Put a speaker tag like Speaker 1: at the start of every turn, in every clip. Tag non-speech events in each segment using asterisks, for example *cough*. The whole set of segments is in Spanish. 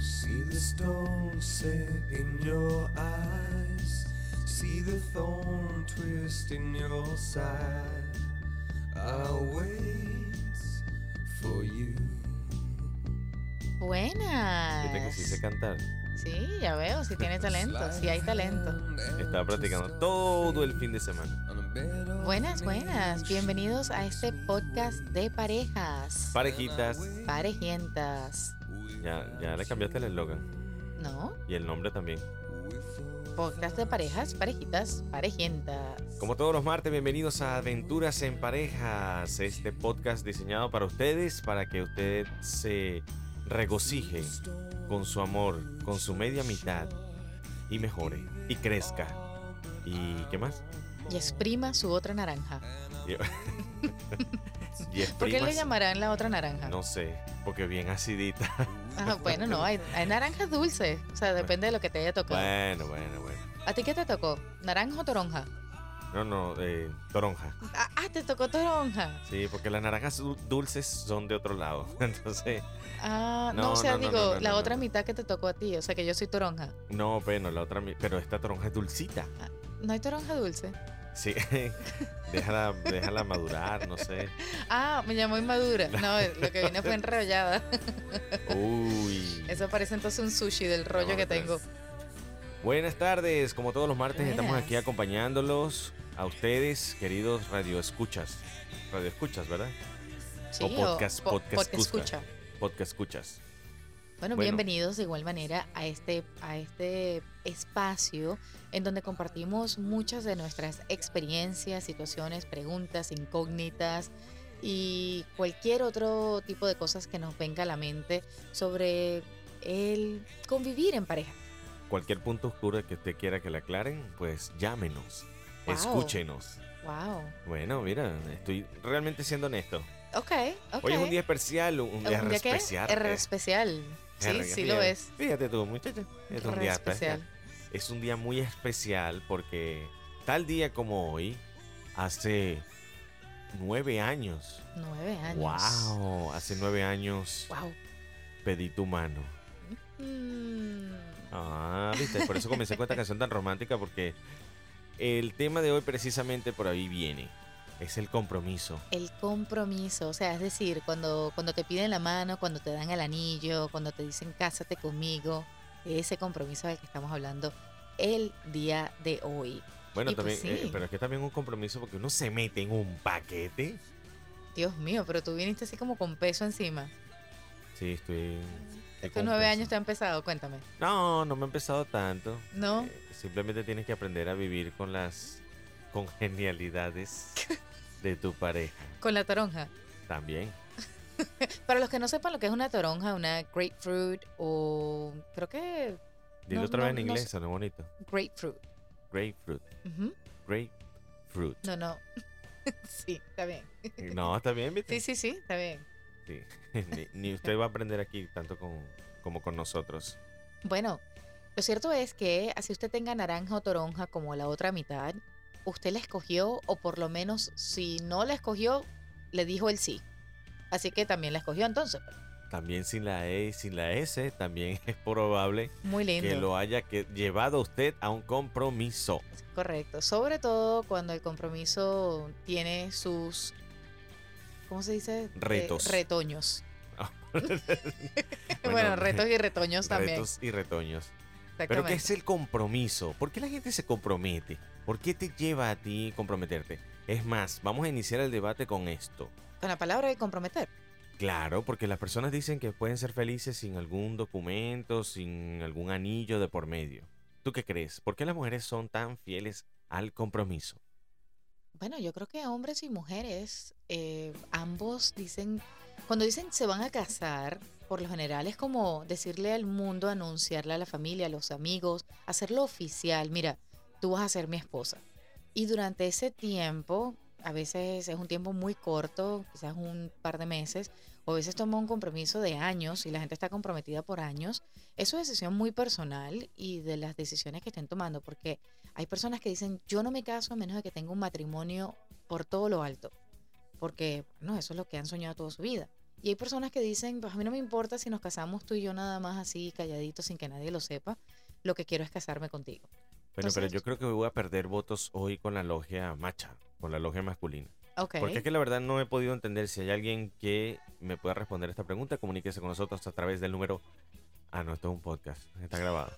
Speaker 1: See the stone set in your eyes. See the thorn twist in your side. I'll wait for you.
Speaker 2: Viste que
Speaker 3: Buenas.
Speaker 2: sí sé cantar.
Speaker 3: Sí, ya veo, si tiene talento, si hay talento.
Speaker 2: Estaba practicando todo el fin de semana.
Speaker 3: Buenas, buenas. Bienvenidos a este podcast de parejas.
Speaker 2: Parejitas.
Speaker 3: Parejientas.
Speaker 2: Ya, ya le cambiaste el eslogan.
Speaker 3: ¿No?
Speaker 2: Y el nombre también.
Speaker 3: Podcast de parejas, parejitas, parejientas.
Speaker 2: Como todos los martes, bienvenidos a Aventuras en Parejas. Este podcast diseñado para ustedes, para que usted se regocije con su amor, con su media mitad. Y mejore. Y crezca. ¿Y qué más?
Speaker 3: Y exprima su otra naranja.
Speaker 2: Y- *laughs* y
Speaker 3: ¿Por qué le
Speaker 2: exprimas-
Speaker 3: llamarán la otra naranja?
Speaker 2: No sé, porque bien acidita.
Speaker 3: Ah, bueno, no, hay, hay naranjas dulces. O sea, depende de lo que te haya tocado.
Speaker 2: Bueno, bueno, bueno.
Speaker 3: ¿A ti qué te tocó? ¿Naranja o toronja?
Speaker 2: No, no, eh, toronja.
Speaker 3: Ah, ah, te tocó toronja.
Speaker 2: Sí, porque las naranjas du- dulces son de otro lado. *laughs* Entonces,
Speaker 3: Ah, no,
Speaker 2: No,
Speaker 3: o sea,
Speaker 2: no, no,
Speaker 3: digo,
Speaker 2: no, no,
Speaker 3: la
Speaker 2: no,
Speaker 3: otra
Speaker 2: no.
Speaker 3: mitad que te tocó a ti. O sea, que yo soy toronja.
Speaker 2: no, bueno, la otra, mi- pero esta toronja es dulcita.
Speaker 3: ¿No hay toronja dulce?
Speaker 2: Sí, *laughs* déjala, déjala madurar, no sé.
Speaker 3: Ah, me llamó inmadura. No,
Speaker 2: *laughs*
Speaker 3: lo que vine fue enrollada.
Speaker 2: Uy.
Speaker 3: Eso parece entonces un sushi del rollo que tengo.
Speaker 2: Buenas tardes, como todos los martes estamos
Speaker 3: Buenas.
Speaker 2: aquí acompañándolos a ustedes, queridos radioescuchas. Radioescuchas, ¿verdad?
Speaker 3: Sí,
Speaker 2: O podcast,
Speaker 3: po-
Speaker 2: podcast Cusca.
Speaker 3: escucha.
Speaker 2: Podcast escuchas.
Speaker 3: Bueno,
Speaker 2: Bueno.
Speaker 3: bienvenidos de igual manera a este, a este espacio en donde compartimos muchas de nuestras experiencias, situaciones, preguntas, incógnitas y cualquier otro tipo de cosas que nos venga a la mente sobre el convivir en pareja.
Speaker 2: Cualquier punto oscuro que usted quiera que le aclaren, pues llámenos,
Speaker 3: Wow.
Speaker 2: escúchenos.
Speaker 3: Wow.
Speaker 2: Bueno, mira, estoy realmente siendo honesto.
Speaker 3: Ok, ok.
Speaker 2: Hoy es un día especial, un, un día
Speaker 3: ¿Un día qué?
Speaker 2: especial.
Speaker 3: R especial. Sí,
Speaker 2: R-
Speaker 3: sí
Speaker 2: fíjate,
Speaker 3: lo es.
Speaker 2: Fíjate tú, muchacha. Es un
Speaker 3: R
Speaker 2: día
Speaker 3: especial.
Speaker 2: especial. Es un día muy especial porque tal día como hoy, hace nueve años.
Speaker 3: Nueve años.
Speaker 2: Wow, hace nueve años
Speaker 3: Wow.
Speaker 2: pedí tu mano.
Speaker 3: Mm.
Speaker 2: Ah, viste, por eso comencé con esta canción tan romántica porque el tema de hoy precisamente por ahí viene. Es el compromiso.
Speaker 3: El compromiso, o sea, es decir, cuando, cuando te piden la mano, cuando te dan el anillo, cuando te dicen cásate conmigo, ese compromiso del que estamos hablando el día de hoy.
Speaker 2: Bueno,
Speaker 3: Y
Speaker 2: también,
Speaker 3: pues sí.
Speaker 2: eh, pero es que también un compromiso porque uno se mete en un paquete.
Speaker 3: Dios mío, pero tú viniste así como con peso encima.
Speaker 2: Sí, estoy. estoy
Speaker 3: Estos
Speaker 2: con
Speaker 3: nueve
Speaker 2: peso.
Speaker 3: años te ha empezado, cuéntame.
Speaker 2: No, no me ha empezado tanto.
Speaker 3: ¿No?
Speaker 2: Eh, simplemente tienes que aprender a vivir con las
Speaker 3: *laughs*
Speaker 2: congenialidades de tu pareja
Speaker 3: Con la toronja.
Speaker 2: también.
Speaker 3: Para los que no sepan lo que es una toronja, una grapefruit o creo que
Speaker 2: Dilo
Speaker 3: No,
Speaker 2: otra vez
Speaker 3: no,
Speaker 2: en
Speaker 3: no
Speaker 2: inglés,
Speaker 3: sé.
Speaker 2: suena bonito.
Speaker 3: grapefruit.
Speaker 2: Grapefruit.
Speaker 3: Ujú.
Speaker 2: Grapefruit. Eh,
Speaker 3: No, no. *laughs* sí, está bien.
Speaker 2: No, está bien, ¿viste?
Speaker 3: Sí, sí, sí, está bien.
Speaker 2: Sí. *laughs* ni, ni usted va a aprender aquí tanto con, como con nosotros.
Speaker 3: Bueno, lo cierto es que así usted tenga naranja o toronja como la otra mitad, usted la escogió o por lo menos si no la escogió, le dijo el sí. Así que también la escogió entonces.
Speaker 2: También sin la E y sin la S, también *laughs* es probable
Speaker 3: Muy
Speaker 2: que
Speaker 3: lindo.
Speaker 2: lo haya que- llevado usted a un compromiso.
Speaker 3: Correcto. Sobre todo cuando el compromiso tiene sus... ¿Cómo se dice? Eh,
Speaker 2: Retos. Ah.
Speaker 3: retoños. *laughs*
Speaker 2: *laughs*
Speaker 3: Bueno, retos y retoños también.
Speaker 2: retos y retoños. Pero ¿qué
Speaker 3: Exactamente.
Speaker 2: es el compromiso? ¿Por qué la gente se compromete? ¿Por qué te lleva a ti comprometerte? Es más, vamos a iniciar el debate con esto.
Speaker 3: Con la palabra de comprometer.
Speaker 2: Claro, porque las personas dicen que pueden ser felices sin algún documento, sin algún anillo de por medio. ¿Tú qué crees? ¿Por qué las mujeres son tan fieles al compromiso?
Speaker 3: Bueno, yo creo que hombres y mujeres, eh, ambos dicen, cuando dicen se van a casar, por lo general es como decirle al mundo, anunciarle a la familia, a los amigos, hacerlo oficial, mira, tú vas a ser mi esposa. Y durante ese tiempo, a veces es un tiempo muy corto, quizás un par de meses, o a veces toma un compromiso de años y la gente está comprometida por años, es una decisión muy personal y de las decisiones que estén tomando, porque hay personas que dicen, yo no me caso a menos de que tenga un matrimonio por todo lo alto, porque no, eso es lo que han soñado toda su vida. Y hay personas que dicen, pues a mí no me importa si nos casamos tú y yo nada más así, calladitos, sin que nadie lo sepa. Lo que quiero es casarme contigo.
Speaker 2: Bueno, pero
Speaker 3: Entonces-
Speaker 2: yo creo que voy a perder votos hoy con la logia macha, con la logia masculina.
Speaker 3: Ok.
Speaker 2: Porque es que la verdad no he podido entender si hay alguien que me pueda responder esta pregunta. Comuníquese con nosotros a través del número. Ah, no, esto es un podcast, está grabado.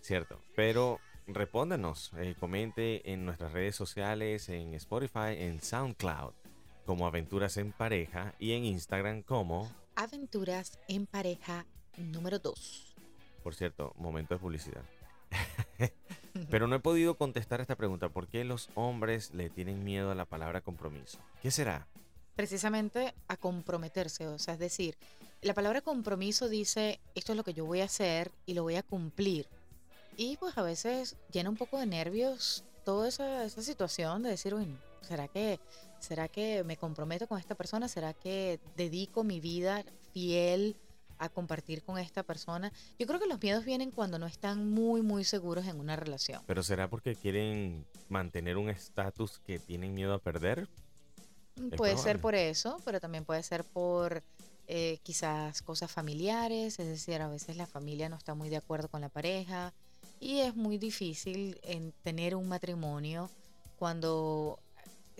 Speaker 2: Cierto. Pero respóndanos, eh, comente en nuestras redes sociales, en Spotify, en SoundCloud, como Aventuras en Pareja y en Instagram como.
Speaker 3: Aventuras en pareja número 2.
Speaker 2: Por cierto, momento de publicidad. *laughs* Pero no he podido contestar esta pregunta. ¿Por qué los hombres le tienen miedo a la palabra compromiso? ¿Qué será?
Speaker 3: Precisamente a comprometerse, o sea, es decir, la palabra compromiso dice, esto es lo que yo voy a hacer y lo voy a cumplir. Y pues a veces llena un poco de nervios toda esa, esa situación de decir, uy, ¿será que, ¿será que me comprometo con esta persona? ¿Será que dedico mi vida fiel a compartir con esta persona? Yo creo que los miedos vienen cuando no están muy, muy seguros en una relación.
Speaker 2: ¿Pero será porque quieren mantener un estatus que tienen miedo a perder? Es
Speaker 3: Puede
Speaker 2: probable.
Speaker 3: ser por eso, pero también puede ser por eh, quizás cosas familiares, es decir, a veces la familia no está muy de acuerdo con la pareja y es muy difícil en tener un matrimonio cuando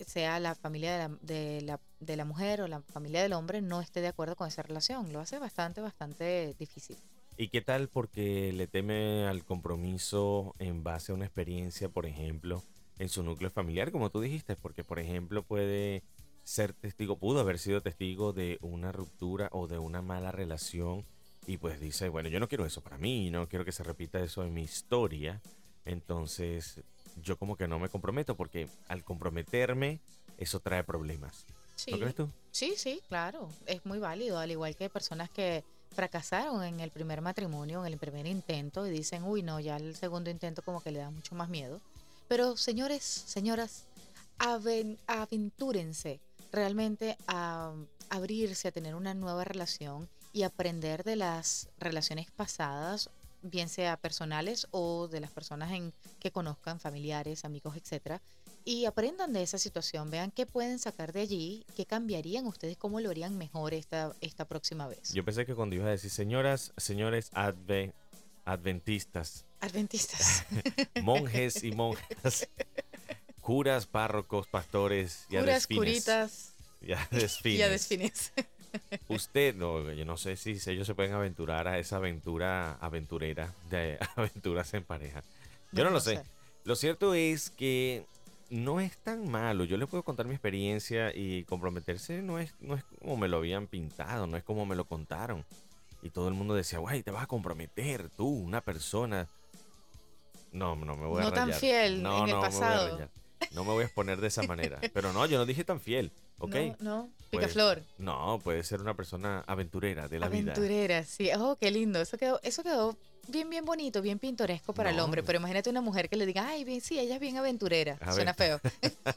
Speaker 3: sea la familia de la, de la- de la mujer o la familia del hombre no esté de acuerdo con esa relación. Lo hace bastante, bastante difícil.
Speaker 2: ¿Y qué tal porque le teme al compromiso en base a una experiencia, por ejemplo, en su núcleo familiar, como tú dijiste? Porque, por ejemplo, puede ser testigo, pudo haber sido testigo de una ruptura o de una mala relación y pues dice, bueno, yo no quiero eso para mí, no quiero que se repita eso en mi historia. Entonces, yo como que no me comprometo porque al comprometerme, eso trae problemas.
Speaker 3: Sí.
Speaker 2: ¿No crees tú?
Speaker 3: Sí, sí, claro, es muy válido, al igual que personas que fracasaron en el primer matrimonio, en el primer intento y dicen, uy, no, ya el segundo intento como que le da mucho más miedo. Pero señores, señoras, aven- aventúrense realmente a abrirse a tener una nueva relación y aprender de las relaciones pasadas, bien sea personales o de las personas en que conozcan, familiares, amigos, etcétera, y aprendan de esa situación, vean qué pueden sacar de allí, qué cambiarían ustedes, cómo lo harían mejor esta, esta próxima vez.
Speaker 2: Yo pensé que cuando ibas a decir, señoras, señores adve- adventistas,
Speaker 3: Adventistas,
Speaker 2: Ah, monjes y monjas, curas, párrocos, pastores y
Speaker 3: curas,
Speaker 2: adesfines.
Speaker 3: curitas
Speaker 2: *laughs* Y
Speaker 3: y *laughs*
Speaker 2: adesfines.
Speaker 3: adesfines.
Speaker 2: Usted, no, yo no sé si ellos se pueden aventurar a esa aventura aventurera de *laughs* aventuras en pareja. Yo
Speaker 3: Bueno,
Speaker 2: no
Speaker 3: *laughs*
Speaker 2: lo sé. Lo cierto es que no es tan malo. Yo les puedo contar mi experiencia y comprometerse no es, no es como me lo habían pintado, no es como me lo contaron. Y todo el mundo decía, guay, te vas a comprometer tú, una persona. No, no me voy a
Speaker 3: No tan
Speaker 2: rayar.
Speaker 3: fiel
Speaker 2: No,
Speaker 3: en el
Speaker 2: no, me voy a
Speaker 3: pasado.
Speaker 2: rayar. No me voy a exponer de
Speaker 3: *laughs*
Speaker 2: esa manera. Pero no, yo no dije tan fiel, ¿ok?
Speaker 3: No, no.
Speaker 2: Pues,
Speaker 3: Picaflor.
Speaker 2: No, puede ser una persona aventurera de la vida.
Speaker 3: Aventurera, sí. Oh, qué lindo. Eso quedó, eso quedó bien, bien bonito, bien pintoresco para el
Speaker 2: No,
Speaker 3: hombre.
Speaker 2: no.
Speaker 3: Pero imagínate una mujer que le diga, ay, bien, sí, ella es bien aventurera.
Speaker 2: A
Speaker 3: Suena feo.
Speaker 2: *laughs* A-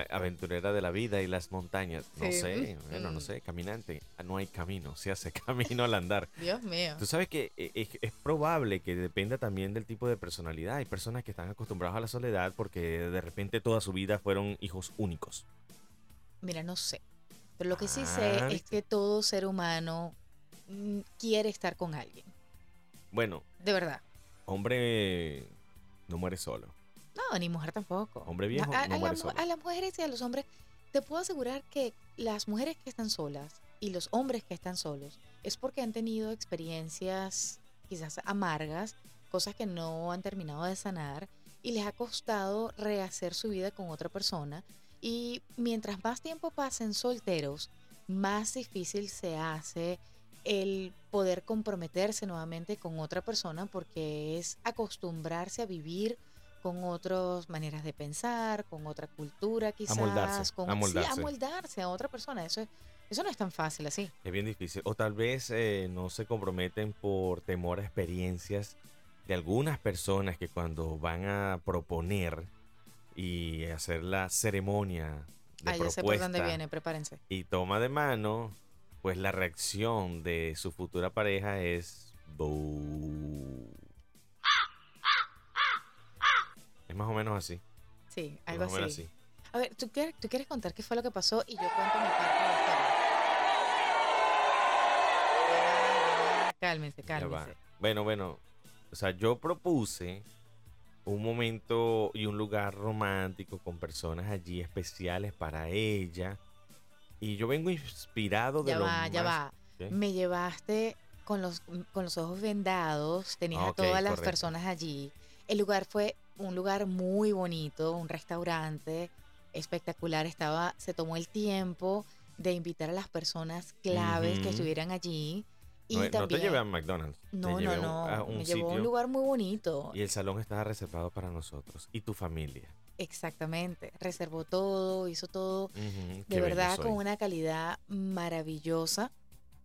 Speaker 2: eh, Aventurera de la vida y las montañas. No
Speaker 3: Sí.
Speaker 2: sé, bueno, no
Speaker 3: Mm.
Speaker 2: sé, caminante. Ah, No hay camino, se hace *laughs* camino al andar.
Speaker 3: Dios mío.
Speaker 2: Tú sabes que e- es, es probable que dependa también del tipo de personalidad. Hay personas que están acostumbradas a la soledad porque de repente toda su vida fueron hijos únicos.
Speaker 3: Mira, no sé. Pero lo que sí sé
Speaker 2: Ah,
Speaker 3: es que todo ser humano mm, quiere estar con alguien.
Speaker 2: Bueno,
Speaker 3: De verdad.
Speaker 2: hombre no muere solo.
Speaker 3: No, ni mujer tampoco.
Speaker 2: Hombre viejo
Speaker 3: a,
Speaker 2: no
Speaker 3: a la
Speaker 2: muere
Speaker 3: mu-
Speaker 2: solo.
Speaker 3: a las mujeres y a los hombres, te puedo asegurar que las mujeres que están solas y los hombres que están solos es porque han tenido experiencias quizás amargas, cosas que no han terminado de sanar y les ha costado rehacer su vida con otra persona. Y mientras más tiempo pasen solteros, más difícil se hace el poder comprometerse nuevamente con otra persona porque es acostumbrarse a vivir con otras maneras de pensar, con otra cultura quizás,
Speaker 2: Amoldarse,
Speaker 3: con
Speaker 2: amoldarse.
Speaker 3: Sí, amoldarse a otra persona, eso es- eso no es tan fácil así.
Speaker 2: Es bien difícil. O tal vez eh, no se comprometen por temor a experiencias de algunas personas que cuando van a proponer y hacer la ceremonia de
Speaker 3: Ah, ya sé
Speaker 2: propuesta
Speaker 3: por dónde viene, prepárense.
Speaker 2: y toma de mano, pues la reacción de su futura pareja es... "Bú". Es más o menos así.
Speaker 3: Sí,
Speaker 2: es
Speaker 3: algo
Speaker 2: más o menos
Speaker 3: así. A ver, ¿tú quieres, tú quieres contar qué fue lo que pasó y yo cuento mi parte de la historia? cálmense,
Speaker 2: Ya va.
Speaker 3: cálmense.
Speaker 2: Bueno, bueno. O sea, yo propuse un momento y un lugar romántico con personas allí especiales para ella. Y yo vengo inspirado de
Speaker 3: Ya
Speaker 2: lo
Speaker 3: va, ya
Speaker 2: más-
Speaker 3: va.
Speaker 2: ¿Qué?
Speaker 3: Me llevaste con los, con los ojos vendados, tenías
Speaker 2: Ah,
Speaker 3: a
Speaker 2: ok,
Speaker 3: todas las
Speaker 2: correcto.
Speaker 3: personas allí. El lugar fue un lugar muy bonito, un restaurante espectacular. Estaba, se tomó el tiempo de invitar a las personas claves
Speaker 2: Ujú.
Speaker 3: que estuvieran allí. Y
Speaker 2: No, eh, no te
Speaker 3: también,
Speaker 2: llevé a McDonald's. te
Speaker 3: no, no,
Speaker 2: llevé
Speaker 3: no,
Speaker 2: a un
Speaker 3: me llevó a un
Speaker 2: sitio
Speaker 3: lugar muy bonito.
Speaker 2: Y el salón estaba reservado para nosotros y tu familia.
Speaker 3: Exactamente. Reservó todo, hizo todo
Speaker 2: Ujú, qué
Speaker 3: de
Speaker 2: bello
Speaker 3: verdad
Speaker 2: soy.
Speaker 3: con una calidad maravillosa.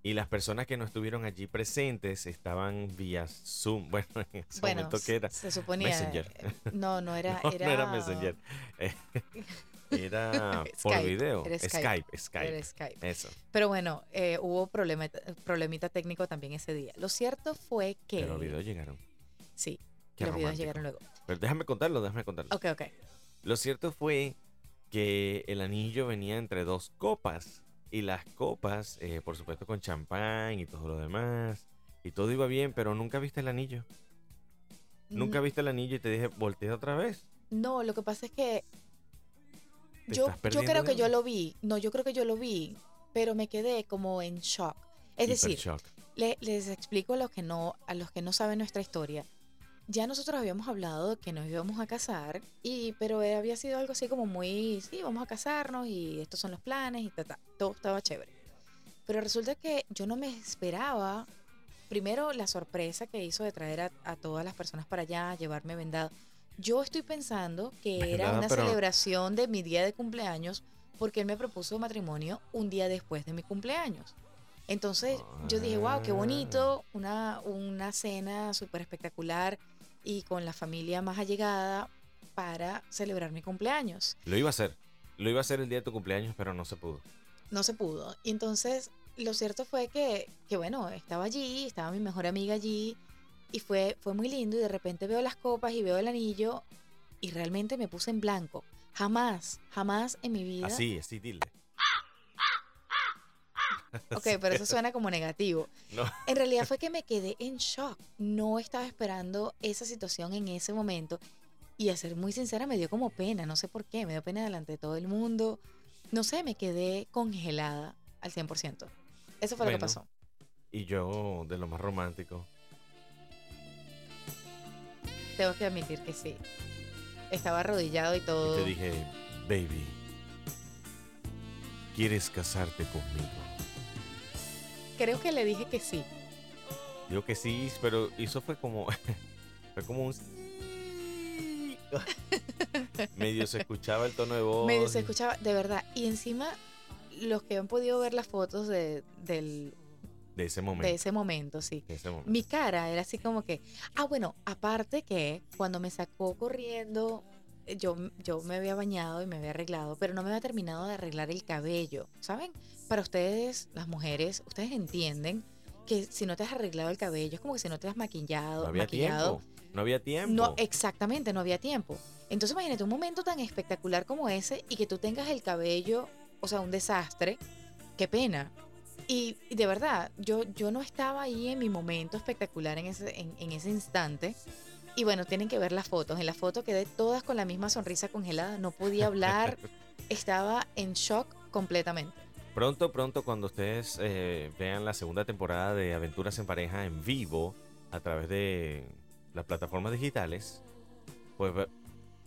Speaker 2: Y las personas que no estuvieron allí presentes estaban vía Zoom. *laughs* Bueno, en ese
Speaker 3: Bueno,
Speaker 2: momento que era
Speaker 3: se suponía.
Speaker 2: Messenger.
Speaker 3: eh, No,
Speaker 2: *laughs*
Speaker 3: no era.
Speaker 2: No,
Speaker 3: era,
Speaker 2: no era Messenger. Eh, *laughs*
Speaker 3: *laughs*
Speaker 2: Era por
Speaker 3: Skype,
Speaker 2: video.
Speaker 3: era Skype,
Speaker 2: Skype, Skype.
Speaker 3: era Skype.
Speaker 2: Eso.
Speaker 3: Pero bueno, eh, hubo problema, problemita técnico también ese día. Lo cierto fue que.
Speaker 2: Pero los videos llegaron.
Speaker 3: Sí,
Speaker 2: Qué
Speaker 3: los videos
Speaker 2: romántico.
Speaker 3: llegaron luego.
Speaker 2: Pero déjame contarlo, déjame contarlo.
Speaker 3: Ok, ok.
Speaker 2: Lo cierto fue que el anillo venía entre dos copas. Y las copas, eh, por supuesto, con champán y todo lo demás. Y todo iba bien, pero nunca viste el anillo. Nunca
Speaker 3: N-
Speaker 2: viste el anillo y te dije, voltea otra vez.
Speaker 3: No, lo que pasa es que.
Speaker 2: Te
Speaker 3: Yo,
Speaker 2: estás
Speaker 3: yo
Speaker 2: perdiendo
Speaker 3: creo
Speaker 2: de
Speaker 3: que yo
Speaker 2: algo.
Speaker 3: lo vi. No, yo creo que yo lo vi, pero me quedé como en shock. Es decir,
Speaker 2: Hipershock.
Speaker 3: Le- les explico a los que no, a los que no saben nuestra historia. Ya nosotros habíamos hablado de que nos íbamos a casar, y, pero eh, había sido algo así como muy, sí, vamos a casarnos y estos son los planes y ta, ta. Todo estaba chévere. Pero resulta que yo no me esperaba, primero, la sorpresa que hizo de traer a, a todas las personas para allá, llevarme vendado. Yo estoy pensando que era
Speaker 2: Vendada,
Speaker 3: una
Speaker 2: pero-
Speaker 3: celebración de mi día de cumpleaños porque él me propuso matrimonio un día después de mi cumpleaños. Entonces yo dije, wow, qué bonito, una, una cena súper espectacular y con la familia más allegada para celebrar mi cumpleaños.
Speaker 2: Lo iba a hacer. Lo iba a hacer el día de tu cumpleaños, pero no se pudo.
Speaker 3: No se pudo. Y entonces lo cierto fue que, que bueno, estaba allí, estaba mi mejor amiga allí y fue, fue muy lindo y de repente veo las copas y veo el anillo y realmente me puse en blanco. Jamás, jamás en mi vida.
Speaker 2: Así, así, dile.
Speaker 3: Ok, pero eso suena como negativo.
Speaker 2: No.
Speaker 3: En realidad fue que me quedé en shock. No estaba esperando esa situación en ese momento. Y a ser muy sincera, me dio como pena. No sé por qué. Me dio pena delante de todo el mundo. No sé, me quedé congelada al 100%. Eso fue lo
Speaker 2: Bueno.
Speaker 3: que pasó.
Speaker 2: Y yo, de lo más romántico.
Speaker 3: Tengo que admitir que sí. Estaba arrodillado y
Speaker 2: Y
Speaker 3: todo.
Speaker 2: te dije, baby, ¿quieres casarte conmigo?
Speaker 3: Creo que le dije que sí.
Speaker 2: Digo que sí, pero eso fue como, *laughs* fue como un... Medio se escuchaba el tono de voz.
Speaker 3: Medio se escuchaba, de verdad. Y encima, los que han podido ver las fotos de, del-
Speaker 2: De ese momento.
Speaker 3: de ese momento, sí.
Speaker 2: de ese momento.
Speaker 3: mi cara era así como que, ah, bueno, aparte que cuando me sacó corriendo, eh, yo, yo me había bañado y me había arreglado, pero no me había terminado de arreglar el cabello, ¿saben? Para ustedes, las mujeres, ustedes entienden que si no te has arreglado el cabello, es como que si no te has maquillado,
Speaker 2: No había
Speaker 3: maquillado.
Speaker 2: tiempo. No había tiempo.
Speaker 3: No, eh exactamente, no había tiempo. Entonces imagínate un momento tan espectacular como ese y que tú tengas el cabello, o sea, un desastre, qué pena. Y, y de verdad, yo, yo no estaba ahí en mi momento espectacular en ese, en, en ese instante. Y bueno, tienen que ver las fotos. En la foto quedé todas con la misma sonrisa congelada, no podía
Speaker 2: *laughs*
Speaker 3: hablar, estaba en shock completamente.
Speaker 2: Pronto, pronto, cuando ustedes eh, vean la segunda temporada de Aventuras en Pareja en vivo a través de las plataformas digitales, pues ve-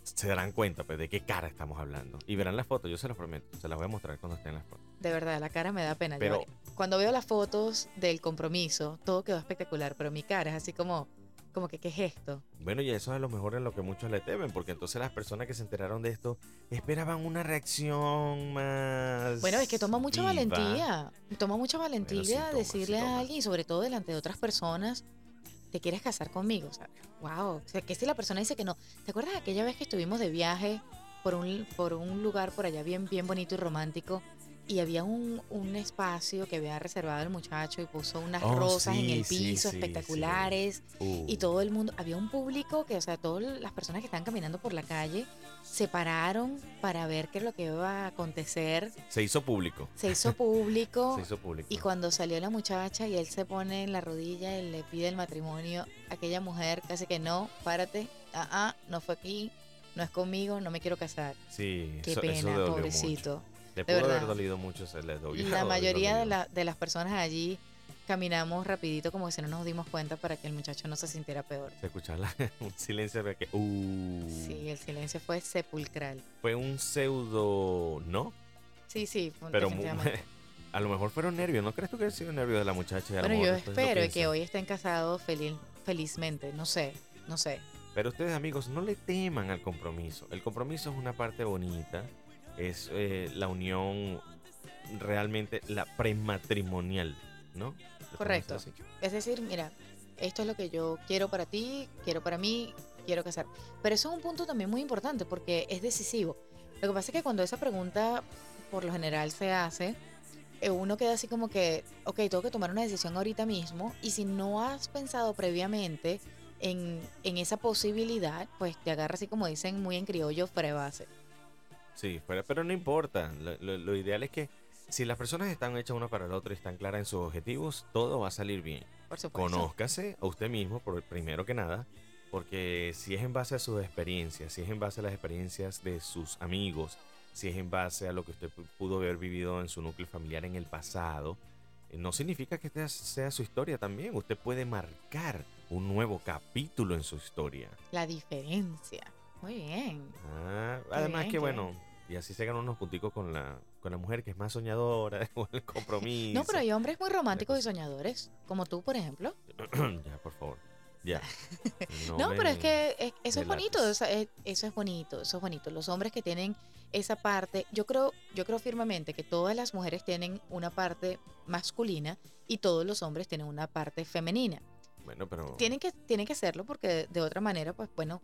Speaker 2: se darán cuenta pues, de qué cara estamos hablando. Y verán las fotos, yo se las prometo, se las voy a mostrar cuando estén las fotos.
Speaker 3: De verdad, la cara me da pena. Yo
Speaker 2: Pero
Speaker 3: cuando veo las fotos del compromiso, todo quedó espectacular, pero mi cara es así como, como que, ¿qué es esto?
Speaker 2: bueno, y eso a lo mejor es lo que muchos le temen, porque entonces las personas que se enteraron de esto esperaban una reacción más...
Speaker 3: Bueno, es que toma mucha
Speaker 2: viva.
Speaker 3: valentía. Toma mucha valentía
Speaker 2: sí toma, sí
Speaker 3: decirle
Speaker 2: toma.
Speaker 3: a alguien, y sobre todo delante de otras personas, te quieres casar conmigo. O sea, wow. O sea, que si la persona dice que no. ¿Te acuerdas de aquella vez que estuvimos de viaje por un, por un lugar por allá bien, bien bonito y romántico? y había un, un espacio que había reservado el muchacho y puso unas
Speaker 2: Oh,
Speaker 3: rosas en
Speaker 2: sí,
Speaker 3: el
Speaker 2: sí,
Speaker 3: piso
Speaker 2: sí,
Speaker 3: espectaculares
Speaker 2: Uh,
Speaker 3: y todo el mundo, había un público que, o sea, todas las personas que estaban caminando por la calle se pararon para ver qué es lo que iba a acontecer,
Speaker 2: Se hizo público.
Speaker 3: se hizo público
Speaker 2: *laughs* Se hizo público.
Speaker 3: y cuando salió la muchacha y él se pone en la rodilla y le pide el matrimonio, aquella mujer casi que no, párate, ah, ah, no fue aquí, no es conmigo, no me quiero casar.
Speaker 2: Sí,
Speaker 3: Qué
Speaker 2: eso, eso
Speaker 3: pena,
Speaker 2: dolió mucho.
Speaker 3: pobrecito.
Speaker 2: Le pudo haber
Speaker 3: verdad.
Speaker 2: dolido mucho, se *laughs* le dolió.
Speaker 3: La
Speaker 2: haber
Speaker 3: mayoría de,
Speaker 2: dolido.
Speaker 3: la- de las personas allí caminamos rapidito como que si no nos dimos cuenta para que el muchacho no se sintiera peor.
Speaker 2: Se escuchaba la- *laughs* un silencio de que. Uh,
Speaker 3: Sí, el silencio fue sepulcral.
Speaker 2: Fue un pseudo. No,
Speaker 3: Sí, sí, fue-
Speaker 2: pero mu- *laughs*
Speaker 3: definitivamente.
Speaker 2: a lo mejor fueron nervios. ¿No crees tú que sido nervios de la muchacha? Y a lo
Speaker 3: Bueno,
Speaker 2: mejor
Speaker 3: yo
Speaker 2: después lo
Speaker 3: espero
Speaker 2: piensa.
Speaker 3: que hoy estén casados feliz, felizmente. No sé, no sé.
Speaker 2: Pero ustedes amigos, no le teman al compromiso. El compromiso es una parte bonita, es eh, la unión realmente, la prematrimonial, ¿no? ¿Le podemos decir
Speaker 3: Correcto.
Speaker 2: así?
Speaker 3: Es decir, mira, esto es lo que yo quiero para ti, quiero para mí, quiero casar. Pero eso es un punto también muy importante porque es decisivo. Lo que pasa es que cuando esa pregunta por lo general se hace, eh, uno queda así como que, ok, tengo que tomar una decisión ahorita mismo y si no has pensado previamente en, en esa posibilidad, pues te agarra así como dicen muy en criollo, frebase.
Speaker 2: Sí, pero, pero no importa. Lo, lo- lo ideal es que si las personas están hechas una para la otra y están claras en sus objetivos, todo va a salir bien.
Speaker 3: Por supuesto.
Speaker 2: Conózcase a usted mismo, por, primero que nada, porque si es en base a sus experiencias, si es en base a las experiencias de sus amigos, si es en base a lo que usted pu- pudo haber vivido en su núcleo familiar en el pasado, eh, no significa que esta sea su historia también. Usted puede marcar un nuevo capítulo en su historia.
Speaker 3: La diferencia. Muy bien.
Speaker 2: Ah, además
Speaker 3: bien,
Speaker 2: que
Speaker 3: qué
Speaker 2: bueno, y así se ganan unos punticos con la, con la mujer que es más soñadora, *laughs* con el compromiso.
Speaker 3: No, pero hay hombres muy románticos y
Speaker 2: cosa.
Speaker 3: soñadores, como tú, por ejemplo.
Speaker 2: *clears throat* ya, por favor.
Speaker 3: *laughs*
Speaker 2: Ya.
Speaker 3: No, pero es
Speaker 2: me-
Speaker 3: que es- eso es
Speaker 2: delates.
Speaker 3: bonito, eso es, eso es bonito, eso es bonito. Los hombres que tienen esa parte, yo creo, yo creo firmemente que todas las mujeres tienen una parte masculina y todos los hombres tienen una parte femenina.
Speaker 2: Bueno, pero.
Speaker 3: Tienen que, tienen que hacerlo porque de, de otra manera, pues bueno,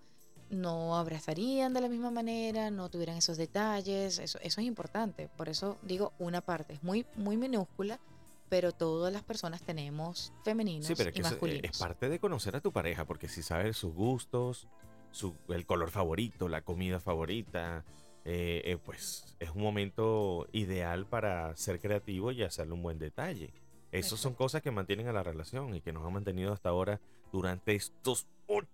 Speaker 3: no abrazarían de la misma manera, no tuvieran esos detalles, eso, eso es importante. Por eso digo una parte, es muy, muy minúscula, pero todas las personas tenemos femeninos
Speaker 2: Sí, pero
Speaker 3: y
Speaker 2: es que eso es-
Speaker 3: masculinos.
Speaker 2: es parte de conocer a tu pareja, porque si sabes sus gustos, su, el color favorito, la comida favorita, eh, eh, pues es un momento ideal para ser creativo y hacerle un buen detalle. Esas son cosas que mantienen a la relación y que nos han mantenido hasta ahora durante estos ocho,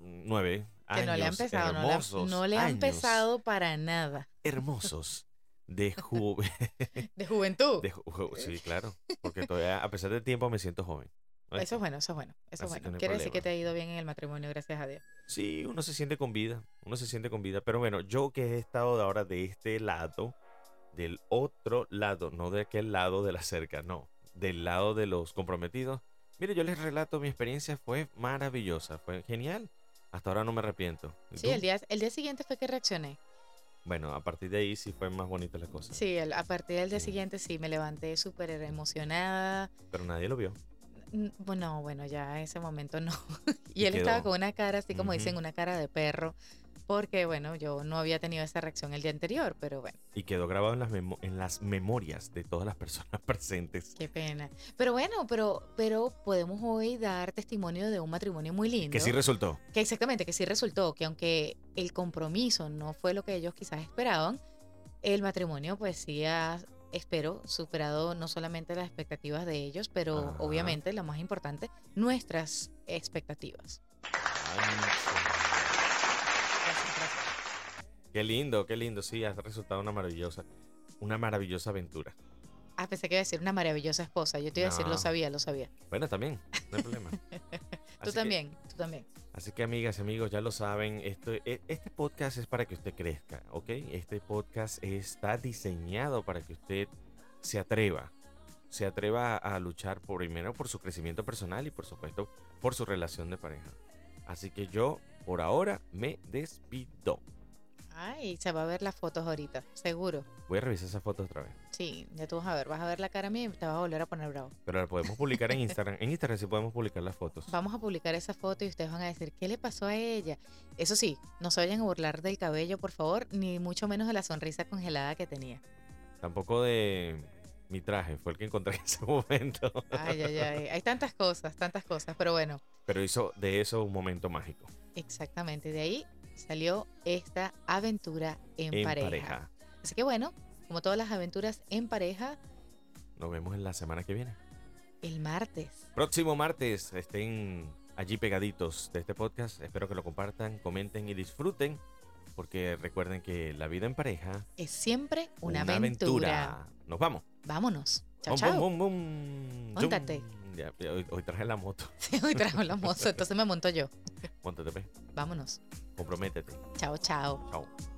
Speaker 2: nueve años.
Speaker 3: que no le han pesado, no le, han-
Speaker 2: hermosos
Speaker 3: no le han
Speaker 2: años,
Speaker 3: pesado para nada.
Speaker 2: Hermosos de juventud.
Speaker 3: De juventud.
Speaker 2: *laughs* De ju- ju- sí, claro. Porque todavía, a pesar del tiempo, me siento joven. ¿no?
Speaker 3: eso es bueno, eso es bueno. Eso es
Speaker 2: Así que
Speaker 3: bueno.
Speaker 2: no hay
Speaker 3: Quiere decir que
Speaker 2: problema.
Speaker 3: te ha ido bien en el matrimonio, gracias a Dios.
Speaker 2: Sí, uno se siente con vida. Uno se siente con vida. Pero bueno, yo que he estado de ahora de este lado, del otro lado, no de aquel lado de la cerca, no. Del lado de los comprometidos. Mire, yo les relato, mi experiencia fue maravillosa, fue genial. Hasta ahora no me arrepiento. ¿Y
Speaker 3: Sí,
Speaker 2: tú?
Speaker 3: el día, el día siguiente fue que reaccioné.
Speaker 2: Bueno, a partir de ahí sí fue más bonita la cosa.
Speaker 3: Sí, el- a partir del día
Speaker 2: Sí.
Speaker 3: siguiente sí, me levanté súper emocionada.
Speaker 2: Pero nadie lo vio.
Speaker 3: N- Bueno, bueno, ya ese momento no. *laughs*
Speaker 2: Y
Speaker 3: y él estaba
Speaker 2: quedó.
Speaker 3: con una cara, así como dicen,
Speaker 2: Ujú.
Speaker 3: una cara de perro. Porque, bueno, yo no había tenido esa reacción el día anterior, pero bueno,
Speaker 2: Y quedó grabado en las, memo- en las memorias de todas las personas *laughs* presentes.
Speaker 3: qué pena. Pero bueno, pero, pero podemos hoy dar testimonio de un matrimonio muy lindo.
Speaker 2: Que sí resultó.
Speaker 3: Que exactamente, que sí resultó que aunque el compromiso no fue lo que ellos quizás esperaban, el matrimonio pues sí ha, espero, superado no solamente las expectativas de ellos, pero
Speaker 2: Ajá.
Speaker 3: obviamente, la más importante, nuestras expectativas.
Speaker 2: Qué lindo, qué lindo. Sí, ha resultado una maravillosa, una maravillosa aventura.
Speaker 3: Ah, pensé que iba a decir una maravillosa esposa. Yo te iba a decir,
Speaker 2: No.
Speaker 3: lo sabía, lo sabía.
Speaker 2: Bueno, también, no
Speaker 3: *laughs*
Speaker 2: hay problema.
Speaker 3: tú
Speaker 2: Así que-
Speaker 3: también, tú también.
Speaker 2: así que, amigas y amigos, ya lo saben, esto, e- este podcast es para que usted crezca, ¿ok? Este podcast está diseñado para que usted se atreva, se atreva a, a luchar por, primero por su crecimiento personal y, por supuesto, por su relación de pareja. Así que yo, por ahora, me despido.
Speaker 3: Ay, se va a ver las fotos ahorita, seguro.
Speaker 2: Voy a revisar esas fotos otra vez.
Speaker 3: Sí, ya tú vas a ver, vas a ver la cara mía y te vas a volver a poner bravo.
Speaker 2: Pero las podemos publicar en Instagram. En Instagram sí podemos publicar las fotos.
Speaker 3: Vamos a publicar esa foto y ustedes van a decir, ¿qué le pasó a ella? Eso sí, no se vayan a burlar del cabello, por favor, ni mucho menos de la sonrisa congelada que tenía.
Speaker 2: Tampoco de mi traje, fue el que encontré en ese momento.
Speaker 3: Ay, ay, ay, hay tantas cosas, tantas cosas, pero bueno,
Speaker 2: Pero hizo de eso un momento mágico.
Speaker 3: exactamente, de ahí salió esta aventura en,
Speaker 2: En
Speaker 3: pareja.
Speaker 2: pareja.
Speaker 3: Así que bueno, como todas las aventuras en pareja,
Speaker 2: Nos vemos en la semana que viene.
Speaker 3: el martes.
Speaker 2: Próximo martes estén allí pegaditos de este podcast. Espero que lo compartan, comenten y disfruten. Porque recuerden que la vida en pareja
Speaker 3: Es siempre una, aventura.
Speaker 2: Nos vamos.
Speaker 3: Vámonos. Chao,
Speaker 2: Bum,
Speaker 3: chao. *laughs*
Speaker 2: bum, bum, bum.
Speaker 3: Móntate.
Speaker 2: Zum. Ya, ya, hoy, hoy traje la moto.
Speaker 3: Hoy trajo la moza, entonces me monto yo.
Speaker 2: Móntate, pues.
Speaker 3: Vámonos.
Speaker 2: Comprométete.
Speaker 3: Chao, chao.
Speaker 2: Chao.